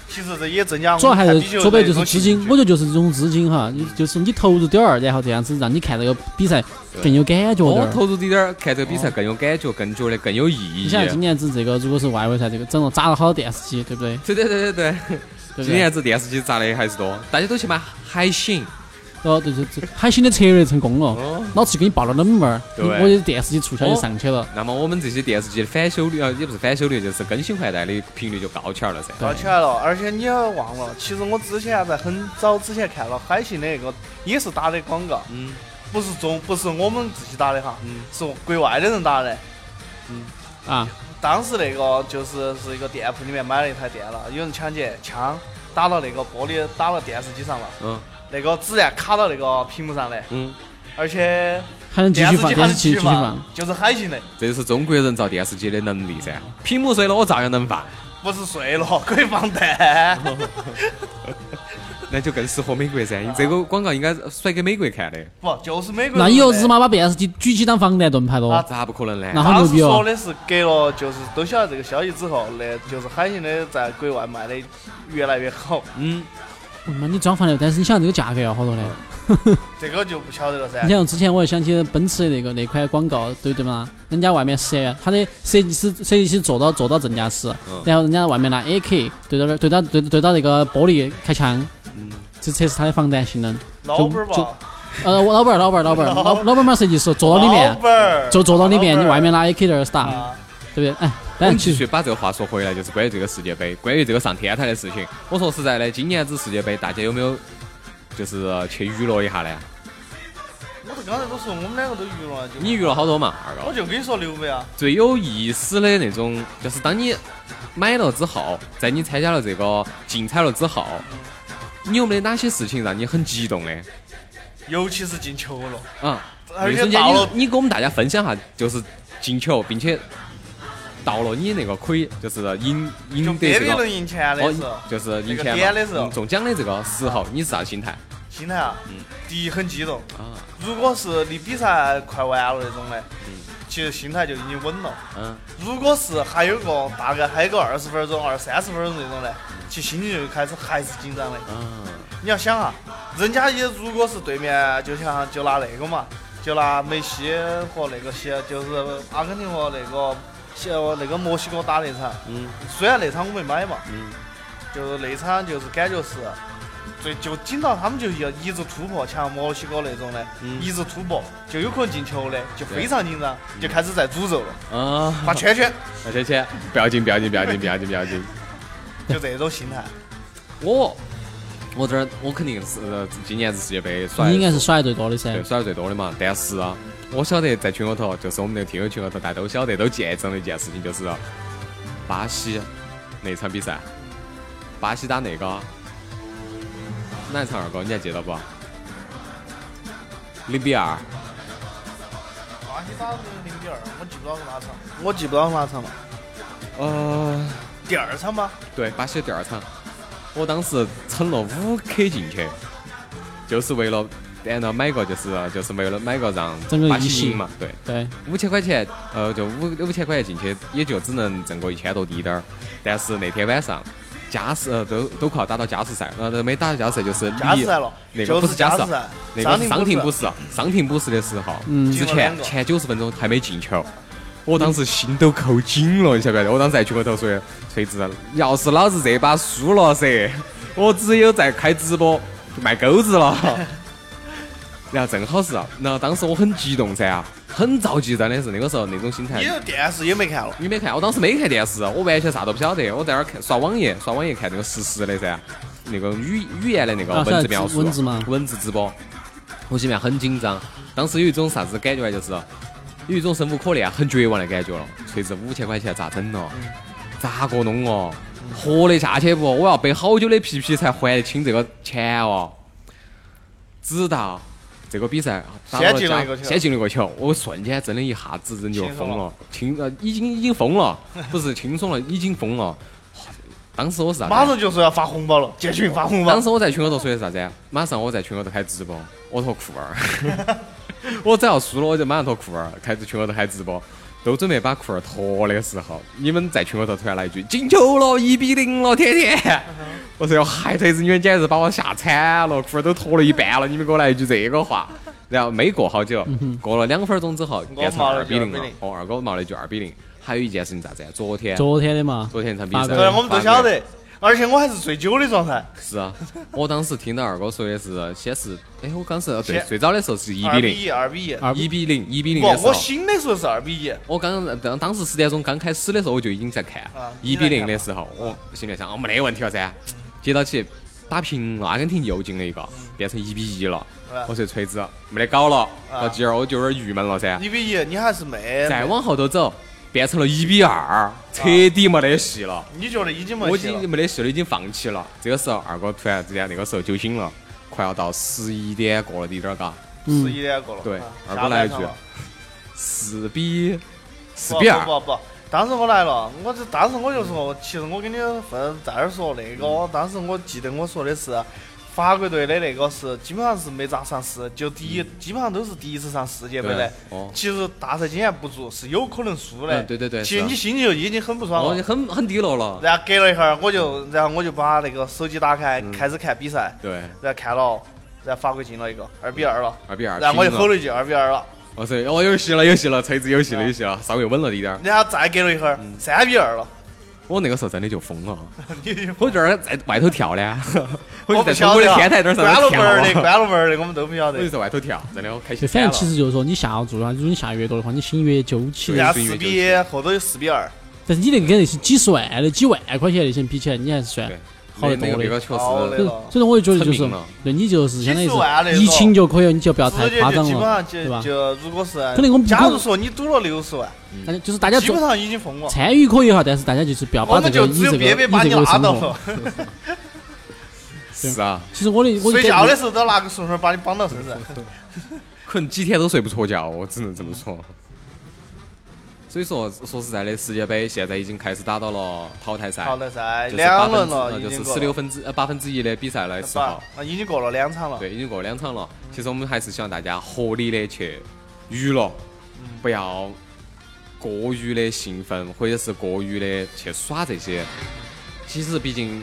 Speaker 2: 其实这也增加我们
Speaker 1: 主要还
Speaker 2: 看
Speaker 1: 是
Speaker 2: 比球
Speaker 1: 说白了
Speaker 2: 的一
Speaker 1: 就是
Speaker 2: 种
Speaker 1: 资
Speaker 2: 兴
Speaker 1: 金，
Speaker 2: 趣
Speaker 1: 我觉得就是这种资金哈，你就是你投入点儿，然后这样子让你看这个比赛更有感觉点
Speaker 3: 哦，
Speaker 1: 儿。
Speaker 3: 投入滴点儿，看这个比赛更有感觉，更觉得更有意
Speaker 1: 你
Speaker 3: 义。
Speaker 1: 想今年子这个，如果是外围赛这个整了砸了好多电视机，对不对？
Speaker 3: 对对对对对，
Speaker 1: 对不
Speaker 3: 今
Speaker 1: 对
Speaker 3: 年？子电视机砸的还是多，大家都去买海信。
Speaker 1: 哦，对对对，海信的策略成功了
Speaker 3: 哦，
Speaker 1: 老子就给你爆了冷门儿，
Speaker 3: 对
Speaker 1: 我的电视机促销就上去了。
Speaker 3: 那么我们这些电视机的返修率啊，也不是返修率，就是更新换代的频率就高起来了噻。
Speaker 2: 搞起来了，而且你也忘了，其实我之前在很早之前看了海信的那个，也是打的广告，
Speaker 3: 嗯，
Speaker 2: 不是中，不是我们自己打的哈，
Speaker 3: 嗯
Speaker 2: 是国外的人打的。
Speaker 1: 啊，
Speaker 2: 当时那个就是是一个店铺里面买了一台电脑，有人抢劫，枪打到那个玻璃，打到电视机上了，
Speaker 3: 嗯
Speaker 2: 那个子弹卡到那个屏幕上来，
Speaker 3: 嗯，
Speaker 2: 而且
Speaker 1: 还能继
Speaker 2: 电
Speaker 1: 续
Speaker 2: 视
Speaker 1: 放，
Speaker 2: 机
Speaker 1: 电
Speaker 2: 还
Speaker 1: 视
Speaker 2: 是
Speaker 1: 机
Speaker 2: 继
Speaker 1: 继
Speaker 2: 续
Speaker 1: 续放
Speaker 2: 放。，就是海信的，
Speaker 3: 这就是中国人造电视机的能力噻。屏幕碎了，我照样能放。
Speaker 2: 不是碎了，可以放弹。
Speaker 3: 那就更适合美国噻。你这个广告应该甩给美国看的，
Speaker 2: [LAUGHS] 不就是美国人
Speaker 1: 那
Speaker 2: 呗？
Speaker 1: 你又日妈把电视机举起当防弹盾牌咯
Speaker 2: 啊？
Speaker 3: 咋不可能呢？
Speaker 1: 那好
Speaker 2: 当
Speaker 1: 牛
Speaker 2: 时
Speaker 1: 逼
Speaker 2: 说
Speaker 1: 哦！
Speaker 2: 的是给了，就是都晓得这个消息之后，那就是海信的在国外卖的越来越好，
Speaker 3: 嗯，
Speaker 1: 嗯那你装反了，但是你想这个价格要啊好多呢？
Speaker 2: 这个就不晓得了噻
Speaker 1: 你。像之前我又想起奔驰的那个那款广告，对不对嘛？人家外面十元，他的设计师设计师坐到坐到正驾驶，
Speaker 2: 嗯
Speaker 1: 然后人家外面拿 AK 对到那儿对到对对到那个玻璃开枪，
Speaker 2: 嗯
Speaker 1: 这测试他的防弹性能。
Speaker 2: 老板儿
Speaker 1: 就
Speaker 2: 吧，
Speaker 1: 呃，我老板儿老板儿老板儿老老板嘛，设计师坐到里
Speaker 2: 老
Speaker 1: 面，
Speaker 2: 板儿
Speaker 1: 就坐到里面，
Speaker 2: 老
Speaker 1: 你
Speaker 2: 板儿
Speaker 1: 外面拿 AK 在那儿打，
Speaker 2: 啊，
Speaker 1: 对不对？哎，
Speaker 3: 我
Speaker 1: 但
Speaker 3: 们
Speaker 1: 其
Speaker 3: 继
Speaker 1: 实
Speaker 3: 续把这个话说回来，就是关于这个世界杯，关于这个上天台的事情。我说实在的，今年子世界杯，大家有没有就是呃去娱乐一下呢？
Speaker 2: 我都刚才都说我们两个都娱乐了，就
Speaker 3: 你娱乐好多嘛，二
Speaker 2: 我
Speaker 3: 哥。
Speaker 2: 就跟你说刘备啊，
Speaker 3: 最有意思的那种，就是当你买了之后，在你参加了这个竞彩了之后，你有没得哪些事情让你很激动的？
Speaker 2: 尤其是进球了，
Speaker 3: 啊、
Speaker 2: 而
Speaker 3: 卫
Speaker 2: 且
Speaker 3: 生间
Speaker 2: 到了
Speaker 3: 你你给我们大家分享下，就是进球，并且到了你那个可以就是赢
Speaker 2: 就
Speaker 3: 赢得
Speaker 2: 别
Speaker 3: 这
Speaker 2: 的
Speaker 3: 个
Speaker 2: 能。赢钱的时候
Speaker 3: 哦，，就是赢
Speaker 2: 那个
Speaker 3: 钱
Speaker 2: 点
Speaker 3: 嘛
Speaker 2: 的时候
Speaker 3: 嗯中奖的这个时候，你是啥心态
Speaker 2: 心态啊，
Speaker 1: 嗯
Speaker 2: 第一很激动，
Speaker 3: 啊？
Speaker 2: 如果是离比赛快完了那种的，
Speaker 1: 嗯
Speaker 2: 其实心态就已经稳了。
Speaker 3: 嗯，
Speaker 2: 如果是还有个大概还有个二十分钟、二三十分钟那种的，其实心里就开始还是紧张的。你要想啊，人家也如果是对面，就像就拿那个嘛，就拿梅西和那个西，就是阿根廷和那个西那个墨西哥打那场，
Speaker 3: 嗯，
Speaker 2: 虽然那场我没买嘛，
Speaker 3: 嗯，
Speaker 2: 就是那场就是感觉是。最就紧到他们就要一直突破，像墨西哥那种的，
Speaker 3: 嗯
Speaker 2: 一直突破就有可能进球的，就
Speaker 3: 对嗯
Speaker 2: 非常紧张，就开始在诅咒了，
Speaker 3: 啊，
Speaker 2: 把圈圈
Speaker 3: 小圈圈，不要紧，不要紧，不要紧，不要紧，不要紧。
Speaker 2: 就这种心态。
Speaker 3: 我我这儿我肯定是呃今年是世界杯甩，
Speaker 1: 你应该是耍得最多的噻
Speaker 3: 对。甩的最多的嘛。但是啊，我晓得在群里头，就是我们那个听友群里头，大家都晓得，都见证了一件事情，就是啊巴西那场比赛，巴西打那个哪一场二哥，你还记得不？零比二，
Speaker 2: 巴西打零比二，我记不到是哪场，我记不到是哪场了。
Speaker 3: 呃，
Speaker 2: 第二场吧，
Speaker 3: 对，巴西的第二场，我当时撑了五 K 进去，就是为了然后买个就是就是为了买个让
Speaker 1: 整个
Speaker 3: 巴
Speaker 1: 一系
Speaker 3: 西赢嘛，对，
Speaker 1: 对，
Speaker 3: 五千块钱，呃，就五五千块钱进去，也就只能挣个一千多滴点儿。但是那天晚上加时呃都都快要打到加时赛，呃都没打到加时赛就是
Speaker 2: 加时赛
Speaker 3: 离
Speaker 2: 了，
Speaker 3: 那个
Speaker 2: 就
Speaker 3: 不
Speaker 2: 是
Speaker 3: 是加
Speaker 2: 加
Speaker 3: 时
Speaker 2: 时
Speaker 3: 赛
Speaker 2: 赛，
Speaker 3: 那个是
Speaker 2: 伤
Speaker 3: 啊伤停补
Speaker 2: 不
Speaker 3: 时，伤停补时的时候，
Speaker 1: 嗯
Speaker 3: 之
Speaker 2: 进了两
Speaker 3: 前
Speaker 2: 个
Speaker 3: 前九十分钟还没进球，我当时心都扣紧了，你晓不晓得？我当时在群里头说，锤子，要是老子这把输了噻，我只有在开直播卖钩子了。 [LAUGHS] 然后正好是，然后当时我很激动噻啊，很着急，真的是那个时候那种心态
Speaker 2: 你。有电视也没看了，
Speaker 3: 你没看，我当时没看电视，我完全啥都不晓得，我在那儿看刷网页，刷网页看那个实时的噻，那个语语言的那个
Speaker 1: 啊
Speaker 3: 文
Speaker 1: 是
Speaker 3: 字描述，
Speaker 1: 文字嘛
Speaker 3: 文字直播，我心里面很紧张，当时有一种啥子感觉呢，就是有一种生无可恋、很绝望的感觉了。锤子五千块钱咋整咯？
Speaker 1: 嗯
Speaker 3: 咋个弄哦？活得下去不？我要背好久的皮皮才还得清这个钱哦。直到这个比赛打到
Speaker 2: 先进了一
Speaker 3: 加
Speaker 2: 个球
Speaker 3: 先进了一个球，我瞬间真的一下子人就
Speaker 2: 轻松
Speaker 3: 疯
Speaker 2: 了
Speaker 3: 了，轻呃已经已经疯了，不是轻松了，已经疯了。当时我是啥子
Speaker 2: 马上就说要发红包了，建群发红包
Speaker 3: 当。时我在群里头说的啥子啊？马上我在群里头开直播，我脱裤儿。 [LAUGHS] 我只要输了，我就马上脱裤儿，开始群里头开直播。都准备把裤儿脱的时候，你们在群里头突然来一句“进球了，一比零了，铁铁”， [LAUGHS] 我说哟，嗨，这次你们简直把我吓惨了，裤儿都脱了一半了，你们给我来一句这个话。然后没过好久，过了两分钟之后，变成
Speaker 2: 冒了
Speaker 3: 二
Speaker 2: 一句
Speaker 3: 比零了
Speaker 2: 2-0。
Speaker 3: 哦，二哥冒了一句二比零。还有一件事情咋子啊？昨天，
Speaker 1: 昨天的嘛，
Speaker 3: 昨天那场比
Speaker 1: 法
Speaker 3: 赛，
Speaker 1: 国
Speaker 2: 对，我们都晓
Speaker 3: 法国
Speaker 2: 得，而且我还是醉酒的状态，
Speaker 3: 是啊， [LAUGHS] 我当时听到二哥说的是，先是，哎，我当时哦对，
Speaker 2: 先
Speaker 3: 最早的时候是一
Speaker 2: 二
Speaker 3: 比
Speaker 2: 比
Speaker 3: 零，
Speaker 2: 一，二比一。
Speaker 1: 二
Speaker 3: 一比零，一比零
Speaker 2: 不，
Speaker 3: 的时
Speaker 2: 我
Speaker 3: 候，
Speaker 2: 醒的时候是二比一，
Speaker 3: 我刚刚当当时十点钟刚开始的时候我就已经在看
Speaker 2: 啊
Speaker 3: 一比零的时候，我心里想，哦，没得问题了噻。接到起打平了，阿根廷又进了一个，变成一比一了
Speaker 2: 嗯。
Speaker 3: 我说锤子没得搞了，
Speaker 2: 啊
Speaker 3: 到今儿我就有点郁闷了噻。
Speaker 2: 一比一，你还是没。
Speaker 3: 再往后头走，变成了一比
Speaker 2: 啊
Speaker 3: 二，彻底没得戏了。
Speaker 2: 你觉得已经
Speaker 3: 我
Speaker 2: 没
Speaker 3: 已
Speaker 2: 戏了
Speaker 3: 经没得戏了，已经放弃了。这个时候，二哥突然之间那个时候酒醒了，快要到十一点过了滴点儿，嘎，
Speaker 2: 十一点过了。
Speaker 3: 嗯对
Speaker 2: 啊
Speaker 3: 二哥来一句
Speaker 2: 下半场了
Speaker 3: 四比四
Speaker 2: 不
Speaker 3: 比二，哦
Speaker 2: 不不不，当时我来了，我这
Speaker 3: 嗯
Speaker 2: 当时我就说，其实我跟你分在这儿说那个，当时我记得我说的是法国队的那个是基本上是没咋上市，就第一、基本上都是第一次上世界杯的
Speaker 3: 嗯对。哦
Speaker 2: 其实大赛经验不足是有可能输的。
Speaker 3: 嗯对对对
Speaker 2: 其实
Speaker 3: 是
Speaker 2: 你心里就已经很不爽
Speaker 3: 哦，
Speaker 2: 了。
Speaker 3: 你很很低落了。
Speaker 2: 然后隔了一会儿，我就然后我就把那个手机打开，开始看比赛。
Speaker 3: 嗯对，
Speaker 2: 然后看了，然后法国进了一个二比二了，
Speaker 3: 二比二
Speaker 2: 然后我就
Speaker 3: 拼了
Speaker 2: 吼了一句啊二比二了，
Speaker 3: 哦，所以哦，有戏了，有戏了，锤子有戏了，有戏了，稍微稳了一点儿。
Speaker 2: 然后再隔了一会儿
Speaker 3: 嗯
Speaker 2: 三比二了， [LAUGHS]
Speaker 3: 我那个时候真的就疯了，
Speaker 2: 你
Speaker 3: 我就在那儿在外头跳呢， [LAUGHS]
Speaker 2: 我
Speaker 3: 我就
Speaker 2: 不
Speaker 3: 在
Speaker 2: 晓
Speaker 3: 中国
Speaker 2: 得
Speaker 3: 的
Speaker 2: 啊
Speaker 3: 天台那儿上
Speaker 2: 关
Speaker 3: 面
Speaker 2: 了门
Speaker 3: 跳
Speaker 2: 儿的，
Speaker 3: 啊， [LAUGHS]
Speaker 2: 关了门儿的，我们都不晓得
Speaker 3: 我就。在外头跳，真的我开
Speaker 1: 就
Speaker 3: 心
Speaker 1: 反
Speaker 3: 惨
Speaker 1: 正
Speaker 3: 了。
Speaker 1: 其实就是说，你下注啊，如果你下越多的话，你心越揪起。
Speaker 2: 人家
Speaker 3: 就是因为
Speaker 2: 四
Speaker 3: 就
Speaker 2: 比一，后头有四比二，
Speaker 1: 但是你那个跟那些几十万的、几万块钱那些比起来，你还是算
Speaker 3: 对，
Speaker 1: 好得
Speaker 3: 那那
Speaker 1: 多的
Speaker 3: 个那个确
Speaker 2: 好
Speaker 3: 实
Speaker 1: 所以
Speaker 2: 对了
Speaker 1: 所以说，我就觉得就
Speaker 3: 成
Speaker 1: 是
Speaker 3: 名了，
Speaker 1: 对你就是相当
Speaker 2: 几十万
Speaker 1: 于
Speaker 2: 那
Speaker 1: 是
Speaker 2: 种
Speaker 1: 疫情就可以，你就不要太
Speaker 2: 直接
Speaker 1: 夸
Speaker 2: 就
Speaker 1: 张
Speaker 2: 基本
Speaker 1: 了，
Speaker 2: 上
Speaker 1: 对
Speaker 2: 就
Speaker 1: 吧？
Speaker 2: 就如果是啊
Speaker 1: 能我们，
Speaker 2: 假如说你赌了六十万，
Speaker 1: 但是就是大家
Speaker 2: 基本
Speaker 1: 做
Speaker 2: 上已经疯了。
Speaker 1: 参与可以哈，但是大家就是不要
Speaker 2: 我
Speaker 1: 把
Speaker 2: 们
Speaker 1: 这
Speaker 2: 就
Speaker 1: 个以
Speaker 2: 只有
Speaker 1: 这个
Speaker 2: 别
Speaker 1: 以这
Speaker 2: 别把你
Speaker 1: 个为
Speaker 2: 拉
Speaker 1: 生
Speaker 2: 到
Speaker 1: 活
Speaker 2: 了。，
Speaker 3: 是啊，
Speaker 1: 其实我的我的
Speaker 2: 睡
Speaker 1: 感
Speaker 2: 觉的
Speaker 1: 觉
Speaker 2: 时候都拿个绳绳把你绑到身上。
Speaker 3: 可能几天都睡不着觉，我只能这么说。所以说，说实在的，世界杯现在已经开始打到了淘汰赛，
Speaker 2: 好的噻，
Speaker 3: 就是
Speaker 2: 两轮
Speaker 3: 八分
Speaker 2: 了，
Speaker 3: 之
Speaker 2: 已
Speaker 3: 就
Speaker 2: 经
Speaker 3: 是
Speaker 2: 过
Speaker 3: 十
Speaker 2: 了
Speaker 3: 六分之呃八分之一的比赛了，是
Speaker 2: 八
Speaker 3: 吧？
Speaker 2: 啊，已经过了两场了。
Speaker 3: 对，已经过两场了。其实我们还是希望大家合理的去娱乐，
Speaker 2: 嗯
Speaker 3: 不要过于的兴奋，或者是过于的去耍这些。其实毕竟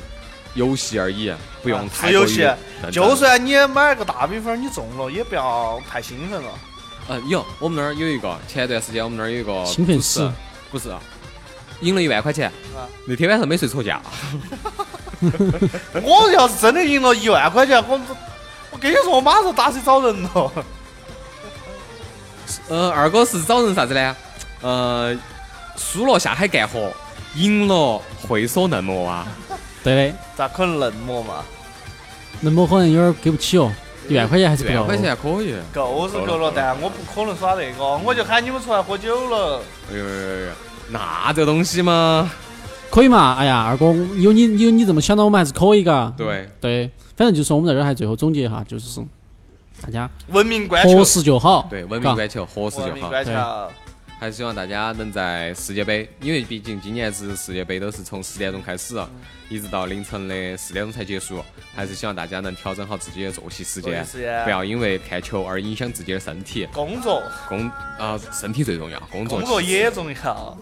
Speaker 3: 游戏而已，不用
Speaker 2: 啊
Speaker 3: 太
Speaker 2: 是
Speaker 3: 过
Speaker 2: 游
Speaker 3: 于
Speaker 2: 戏
Speaker 3: 认真。，
Speaker 2: 就算你买个大比分，你中了也不要太兴奋了。
Speaker 3: 嗯，有我们那儿有一个，前段时间我们那儿有一个
Speaker 1: 兴奋
Speaker 3: 主持
Speaker 1: 死
Speaker 3: 人，不是，啊赢了一万块钱
Speaker 2: 啊，
Speaker 3: 那天晚上没睡着觉。
Speaker 2: 我要是真的赢了一万块钱，我我跟你说，我马上打车找人了。
Speaker 3: 呃，二哥是找人啥子呢？呃，输了下海干活，赢了会所嫩模啊。
Speaker 1: 对的，
Speaker 2: 咋可能嫩模嘛？
Speaker 1: 那么可能有点给不起哦，一万块钱还是不
Speaker 3: 一万
Speaker 1: 够
Speaker 3: 块。钱还可以。
Speaker 2: 够是够
Speaker 3: 够
Speaker 2: 了
Speaker 3: 了，
Speaker 2: 但我不可能耍那个，我就喊你们出来喝酒了。
Speaker 3: 哎呦呦呦呦，那这东西嘛，
Speaker 1: 可以嘛？哎呀，二哥，有你有你这么想到，我们还是可以嘎。
Speaker 3: 对，
Speaker 1: 对，反正就是我们在这儿还最后总结一下，就是大家
Speaker 2: 文明观球
Speaker 1: 合，适就好，
Speaker 3: 对，文
Speaker 1: 嘎
Speaker 3: 明观球，合适
Speaker 2: 嗯文
Speaker 3: 就
Speaker 2: 明啊
Speaker 3: 好。
Speaker 2: 观球。
Speaker 3: 还是希望大家能在世界杯，因为毕竟今年子世界杯都是从十点钟开始，啊
Speaker 2: 嗯
Speaker 3: 一直到凌晨的四点钟才结束，还是希望大家能调整好自己的作息时
Speaker 2: 作
Speaker 3: 间
Speaker 2: 息时间，
Speaker 3: 不要因为看球而影响自己的身体。
Speaker 2: 工作，
Speaker 3: 工啊、身体最重要，工作
Speaker 2: 工
Speaker 3: 其
Speaker 2: 作
Speaker 3: 次
Speaker 2: 也重要。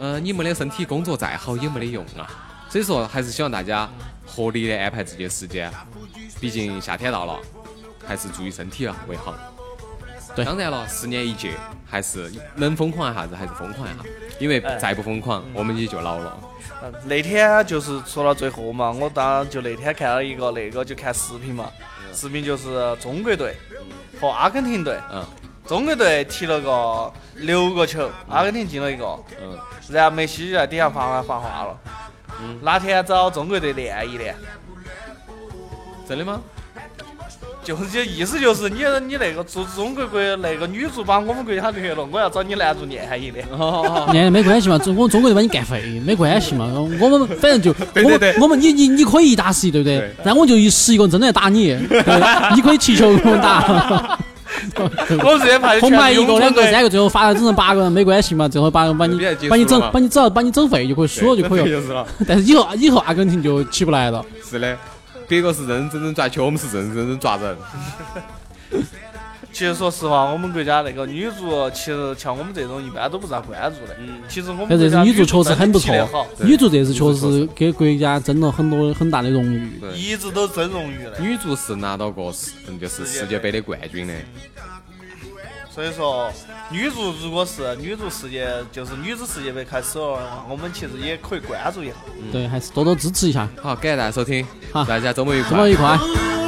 Speaker 3: 呃，你们的身体工作再好也没得用啊。所以说，还是希望大家合理的安排自己的时间，毕竟夏天到了，还是注意身体啊为好。
Speaker 1: 对
Speaker 3: 当然了，十年一届，还是能疯狂一下子还是疯狂一下，因为再不疯狂，我们也就老了。
Speaker 2: 嗯那天就是说到最后嘛，我当就那天看了一个那个就看视频嘛，视频就是中国队和阿根廷队，
Speaker 3: 嗯
Speaker 2: 中国队踢了个六个球，阿根廷进了一个，
Speaker 3: 嗯，
Speaker 2: 然后梅西就在底下发话发话了。哪天找中国队练一练，
Speaker 3: 真的吗？
Speaker 2: 就是这意思，就是你你那个中中国国那个女足把我们国家虐了，我要找你男足练一
Speaker 1: [LAUGHS]
Speaker 2: 练。
Speaker 1: 那没关系嘛，中我们中国就把你干废，没关系嘛。我们反正就
Speaker 3: [LAUGHS] 对
Speaker 1: 我
Speaker 3: 对
Speaker 1: 们
Speaker 3: 对
Speaker 1: 我们你你你可以一打十一，对不对
Speaker 3: 对？
Speaker 1: 然后我就以十一个人真的来打你，
Speaker 3: [LAUGHS]
Speaker 1: 对你可以踢球给我打。
Speaker 2: 我直接派
Speaker 1: 红牌一个、两个、三
Speaker 2: 个，
Speaker 1: 个，最后罚了整成八个人，没关系嘛。最后把
Speaker 3: [LAUGHS]
Speaker 1: 把你
Speaker 3: 比赛结束
Speaker 1: 把你整
Speaker 3: 了嘛
Speaker 1: 把你只要把你整废就可以输了就可以
Speaker 3: 就
Speaker 1: 了。
Speaker 3: 是了。
Speaker 1: 但是以后以后阿根廷就起不来了。
Speaker 3: [LAUGHS] 是的，别个是认认真真抓球，我们是认认真真抓人。
Speaker 2: 其实说实话，我们国家那个女足，其实像我们这种一般都不咋关注的。嗯，其实我们
Speaker 1: 但这
Speaker 2: 国
Speaker 1: 次
Speaker 2: 家
Speaker 1: 女足
Speaker 2: 真
Speaker 1: 确
Speaker 2: 的
Speaker 1: 实很不
Speaker 2: 踢
Speaker 1: 错
Speaker 2: 得好，
Speaker 1: 女足这次
Speaker 3: 女
Speaker 1: 确
Speaker 3: 足确
Speaker 1: 实
Speaker 3: 实
Speaker 1: 给国家争了很多很大的荣誉。
Speaker 3: 对
Speaker 2: 一直都争荣誉的。
Speaker 3: 女足是拿到过世，嗯就是世界杯的冠军的。
Speaker 2: 所以说，女足如果是女足世界，就是女子世界杯开始了的话，我们其实也可以关注一下。
Speaker 1: 嗯对，还是多多支持一下。
Speaker 3: 好，感谢大家收听
Speaker 1: 好，
Speaker 3: 大家周末愉
Speaker 1: 周末愉
Speaker 3: 快。
Speaker 1: 快。
Speaker 9: Ooh,